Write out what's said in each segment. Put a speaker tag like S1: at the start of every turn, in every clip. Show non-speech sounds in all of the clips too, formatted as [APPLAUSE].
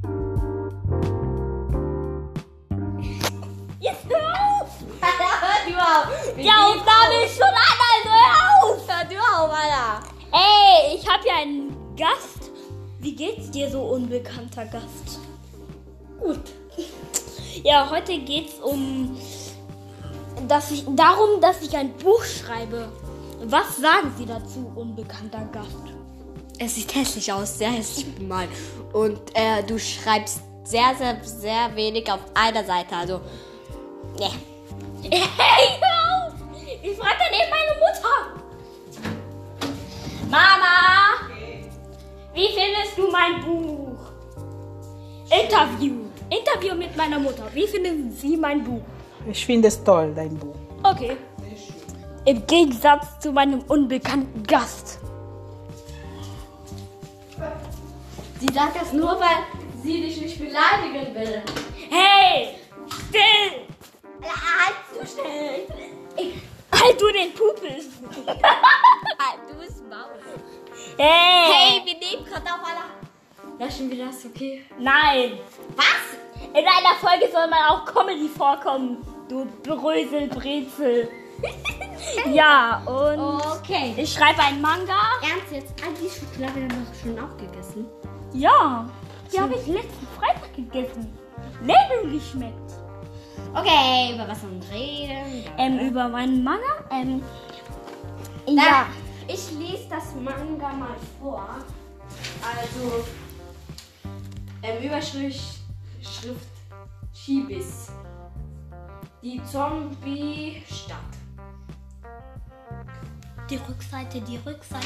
S1: [LAUGHS]
S2: habe hier einen Gast. Wie geht's dir so, unbekannter Gast? Gut. Ja, heute geht's um, dass ich, darum, dass ich ein Buch schreibe. Was sagen Sie dazu, unbekannter Gast?
S1: Es sieht hässlich aus, sehr hässlich bemalt. Und äh, du schreibst sehr, sehr, sehr wenig auf einer Seite. Also, ne.
S2: Hey, hör auf! Ich frage dann eben meine Mutter. Mama, wie findest du mein Buch? Interview. Interview mit meiner Mutter. Wie finden Sie mein Buch?
S3: Ich finde es toll, dein Buch.
S2: Okay. Im Gegensatz zu meinem unbekannten Gast.
S1: Sie sagt das nur, weil sie dich nicht beleidigen will.
S2: Hey, still!
S1: Ah, zu schnell.
S2: Halt du den Pupel!
S1: Ah, du bist Maul.
S2: Hey!
S1: Hey, wir nehmen gerade auf alle. Ja, schon wieder ist okay.
S2: Nein!
S1: Was?
S2: In einer Folge soll man auch Comedy vorkommen. Du Brösel, [LAUGHS] Brezel. ja, und
S1: Okay.
S2: ich schreibe einen Manga.
S1: Ernst jetzt? Ah, die Schokolade haben wir schon aufgegessen.
S2: Ja, die habe ich letzten Freitag gegessen. Leben geschmeckt.
S1: Okay, über was sollen wir reden?
S2: Ähm, über meinen Manga? Ähm,
S1: Ja.
S2: ja.
S1: Ich lese das Manga mal vor. Also, ähm, Überschrift Schrift Shibis. Die Zombie-Stadt.
S2: Die Rückseite, die Rückseite.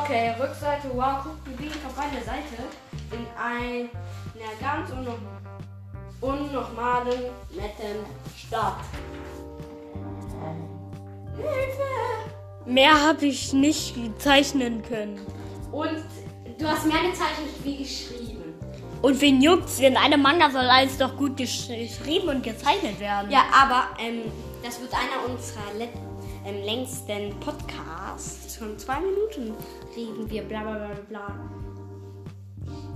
S1: Okay, Rückseite, wow, guck, wir gehen auf eine Seite in einer ganz unnorm- unnormalen, netten Stadt. Hilfe!
S2: Mehr habe ich nicht zeichnen können.
S1: Und du hast mehr gezeichnet wie geschrieben.
S2: Und wen juckt's? In einem Manga soll alles doch gut gesch geschrieben und gezeichnet werden.
S1: Ja, aber ähm, das wird einer unserer let- ähm, längsten Podcasts. Schon zwei Minuten reden wir, bla bla bla bla.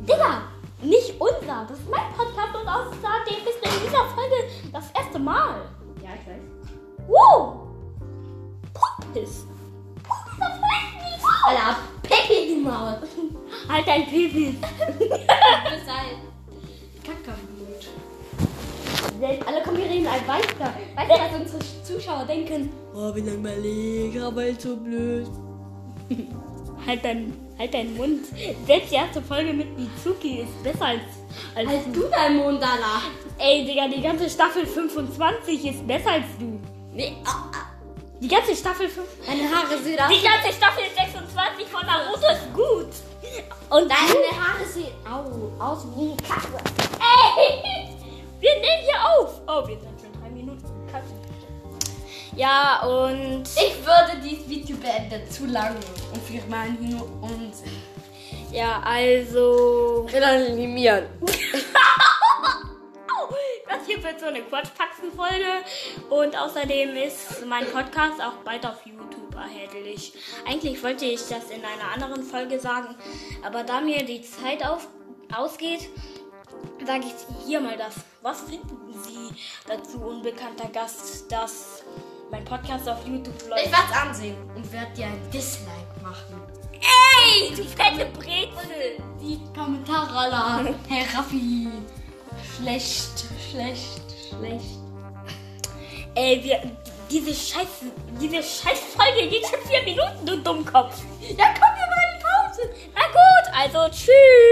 S2: Digga, nicht unser. Das ist mein Podcast und außerdem bist du in dieser Folge das erste Mal.
S1: Ja, ich weiß.
S2: Wow! Poppis! Poppis auf meinem Niveau!
S1: Alter, Peppi die Maul.
S2: [LAUGHS] Halt dein Pipis!
S1: Bis halt. Kackermut.
S2: Alle kommen hier reden, ein weiter.
S1: Weißt du, was unsere Zuschauer denken?
S3: Oh, wie langweilig, aber ist so blöd.
S2: Halt dein, halt deinen Mund. Selbst die erste Folge mit Mizuki ist besser als, als, du.
S1: Als Halt du dein Mondala.
S2: Ey, Digga, die ganze Staffel 25 ist besser als du.
S1: Nee, ah, ah.
S2: Die ganze Staffel 5.
S1: Deine Haare sind aus.
S2: Die ganze Staffel 26 von Naruto ist gut. Und
S1: Deine Haare sehen au, aus wie Kacke.
S2: Ey! Wir nehmen hier auf! Oh, wir sind schon drei Minuten. Kacke. Ja, und.
S1: Ich würde dieses Video beenden. Zu lang. Und wir machen hier nur Unsinn.
S2: Ja, also.
S1: Reanimieren.
S2: Au! Das hier wird so eine Quatschpaxen-Folge. Und außerdem ist mein Podcast auch bald auf YouTube erhältlich. Eigentlich wollte ich das in einer anderen Folge sagen, aber da mir die Zeit auf, ausgeht, sage ich hier mal das. Was finden Sie dazu, unbekannter Gast, dass mein Podcast auf YouTube
S1: Ich
S2: läuft?
S1: werd's ansehen und werd dir ein Dislike machen.
S2: Ey, du fette Brezel!
S1: Die Kommentare laden. Hey Raffi. Schlecht, schlecht, schlecht.
S2: Ey, Äh, wir, diese scheiß, diese scheiß Folge geht schon vier Minuten, du Dummkopf. Ja, komm, wir machen Pause. Na gut, also tschüss.